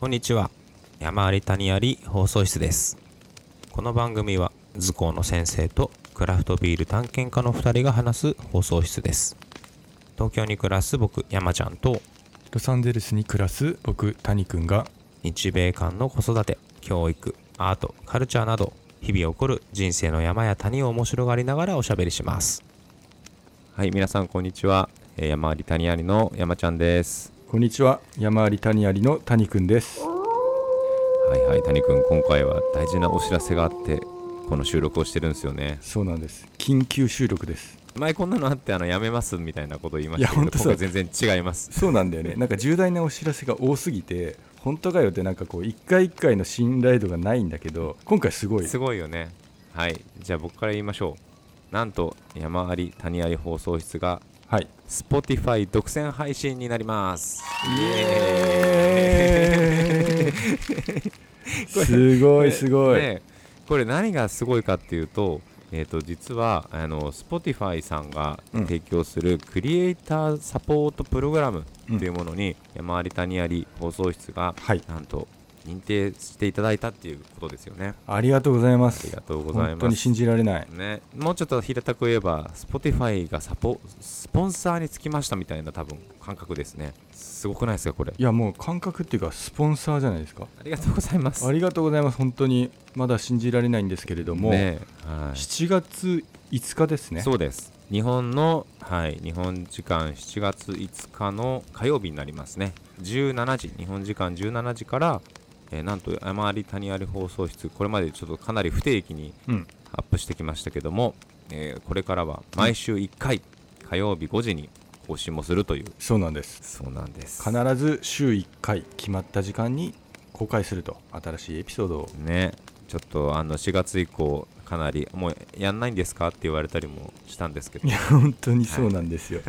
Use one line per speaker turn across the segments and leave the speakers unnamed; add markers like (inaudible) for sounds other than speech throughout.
こんにちは山あり谷あり放送室ですこの番組は図工の先生とクラフトビール探検家の2人が話す放送室です東京に暮らす僕山ちゃんと
ロサンゼルスに暮らす僕谷くんが
日米間の子育て教育アートカルチャーなど日々起こる人生の山や谷を面白がりながらおしゃべりします
はい、皆さんこんにちは。えー山あり谷ありの山ちゃんです。
こんにちは山あり谷ありの谷くんです
はいはい、谷くん、今回は大事なお知らせがあって、この収録をしてるんですよね。
そうなんです緊急収録です
前こんなのあって、あの、やめますみたいなこと言いましたけ
いや
ど、
本当
今
そう
回全然違います。
そうなんだよねなんか重大なお知らせが多すぎて本当かよってなんかこう一回一回の信頼度がないんだけど今回すごい
すごいよね。はい、じゃあ僕から言いましょう。なんと、山あり谷あり放送室が、
はい
Spotify 独占配信になります。
イエーイすごいすごい、
でこれ何がすごいかっていうと,、えー、と実はあの Spotify さんが
うん
提供するクリエイターサポートプログラムっていうものに、山あり谷あり放送室が
はい
なんと認定していただいたっていうことですよね。
ありがとうございます
ありがとうございます
本当に信じられない
ね、もうちょっと平たく言えば Spotify がサポスポンサーにつきましたみたいな多分感覚ですねすごくないですかこれ
いやもう感覚っていうかスポンサーじゃないですか
ありがとうございます
ありがとうございます本当にまだ信じられないんですけれども、
ねはい、
7月5日ですね
そうです日本の、はい、日本時間7月5日の火曜日になりますね17時日本時間17時から、えーなんと山あり谷あり放送室これまでちょっとかなり不定期に
うん
アップしてきましたけども、えーこれからは毎週1回火曜日5時に更新もするという
そうなんです
そうなんです
必ず週1回決まった時間に公開すると新しいエピソードを (laughs)
ねちょっとあの4月以降かなりもうやんないんですかって言われたりもしたんですけど
いや本当にそうなんですよ、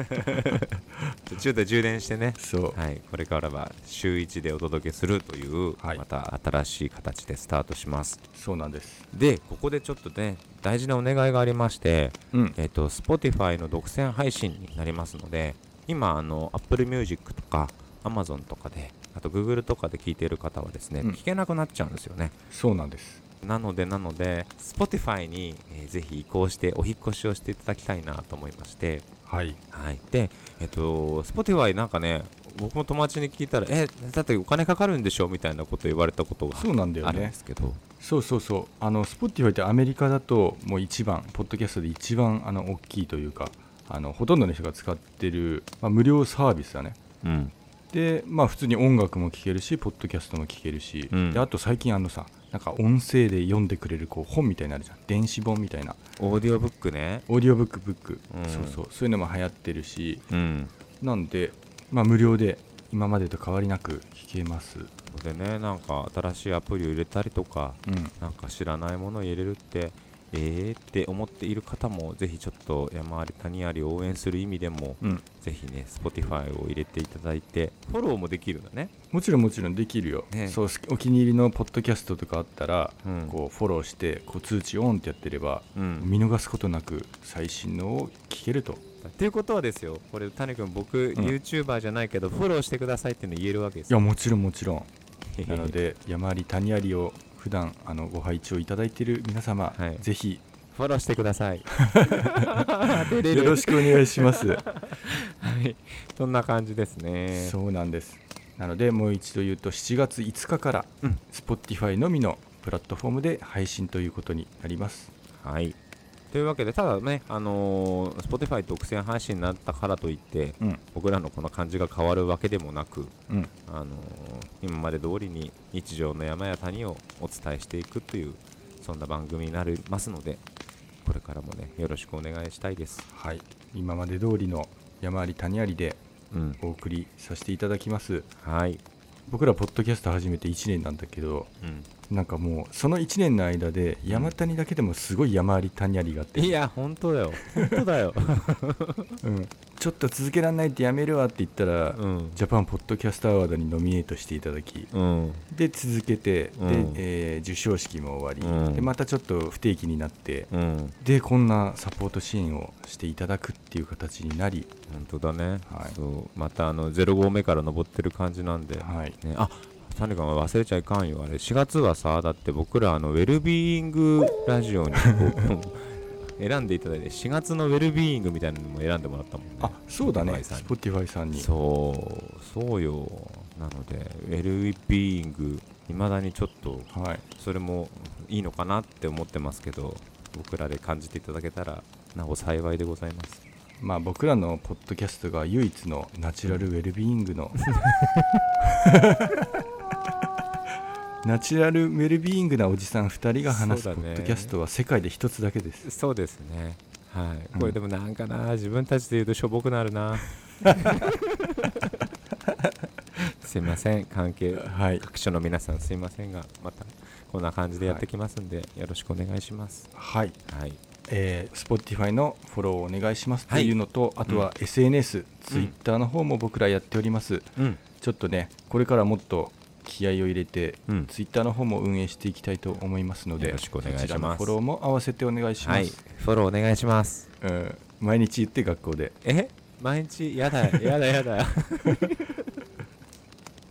途中で充電してね
そう
はい、これからは週1でお届けするという、
はい
また新しい形でスタートします
そうなんです
でここでちょっとね大事なお願いがありまして、
うん
えっと Spotify の独占配信になりますので今あの Apple Music とか Amazon とかであと Google とかで聞いている方はですね、
うん
聞けなくなっちゃうんですよね
そうなんです
なのでなので Spotify に、えーぜひ移行してお引っ越しをしていただきたいなと思いまして
はい
はい、で、えっと、Spotify なんかね、僕も友達に聞いたら、え、だってお金かかるんでしょみたいなこと言われたことが
そうなんだよ
あるん
ね
ですけど、
そうそうそうあの Spotify ってアメリカだともう一番ポッドキャストで一番あの大きいというかあのほとんどの人が使ってる、まあ、無料サービスだね
うん、
でまあ普通に音楽も聴けるしポッドキャストも聴けるし、
うん
であと最近あのさなんか音声で読んでくれるこう本みたいになるじゃん電子本みたいな
オーディオブックね、
オーディオブックブック、
うん
そうそうそういうのも流行ってるし
うん、
なんで、まあ、無料で今までと変わりなく聴けます、
でね、なんか新しいアプリを入れたりとか、
うん、
なんか知らないものを入れるって、えーって思っている方も、ぜひちょっと山あり谷あり応援する意味でも、
うん、
ぜひね、Spotify を入れていただいて、フォローもできるんだね。
もちろんもちろんできるよ、
ね
そうすお気に入りのポッドキャストとかあったら、
うん
こうフォローしてこう通知オンってやってれば、
うん
見逃すことなく最新のを聴けると
っていうことはですよ、これ、谷君、僕、YouTuber じゃないけど、フォローしてくださいっていうの言えるわけです
い
よ。
やもちろんもちろんなので山あり谷ありを普段あのご拝聴いただいている皆様、
はい
ぜひ
フォローしてく
(laughs)
ださい。
よろしくお願いします、
(laughs) はい、そんな感じですね。
そうなんですなのでもう一度言うと7月5日から、
うん
Spotify のみのプラットフォームで配信ということになります
はい。というわけで、ただね、あのー、Spotify 独占配信になったからといって、
うん
僕らのこの感じが変わるわけでもなく、
うん
あのー今まで通りに日常の山や谷をお伝えしていくという、そんな番組になりますので、これからもね、よろしくお願いしたいです。
はい今まで通りの山あり谷ありで
うん。
お送りさせていただきます
はい。
僕らポッドキャスト始めて1年なんだけど
うん
なんかもうその1年の間で山谷だけでもすごい山あり谷ありがあって
いや、本当だよ。本当だ
(laughs)
よ。
うん、ちょっと続けられないってやめるわって言ったら、
うん。
ジャパンポッドキャストアワードにノミネートしていただき
うん。
で続けて、
うん
でえー授賞式も終わり、
うん
でまたちょっと不定期になって、
うん。
でこんなサポート支援をしていただくっていう形になり、
本当だね。
はい
そう。また、あの、0合目から登ってる感じなんで。
はい
ね、あ、サネ君は忘れちゃいかんよあれ4月はさだって僕らあのウェルビーイングラジオにこう (laughs) 選んでいただいて4月のウェルビーイングみたいなのも選んでもらったもんね
あそうだね
Spotify さん
Spotify さん
に
に
そうそうよなのでウェルビーイングいまだにちょっと
はい
それもいいのかなって思ってますけど僕らで感じていただけたらなお幸いでございます
まあ僕らのポッドキャストが唯一のナチュラルウェルビーイング
(laughs)
のナチュラルウェルビーイングなおじさん2人が話す
そ
ポ
うだね
ッドキャストは世界で一つだけです、
そうですねはい
こ
こ
れ
れ
で
でもなんかな、自分たちで言うとしょぼくなる (laughs) なすいません関係
はい
各所の皆さんすいませんがまたこんな感じでやってきますんで、よろしくお願いします
はい
はい
えー、Spotify のフォローをお願いしますと
はい
いうのと、あとは SNS、Twitter の方も僕らやっております、
うん
ちょっとねこれからもっと気合を入れて、
うん
ツイッターの方も運営していきたいと思いますので
よろしくお願いしま
そ
す
ちらのフォローも合わせてお願いしま
はい
す、
フォローお願いします
うん、毎日言って学校で
え毎日やだやだやだ (laughs)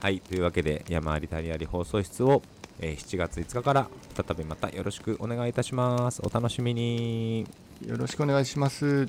はいというわけで山あり谷あり放送室を、えー7月5日から再びまたよろしくお願いいたしますお楽しみに
よろしくお願いします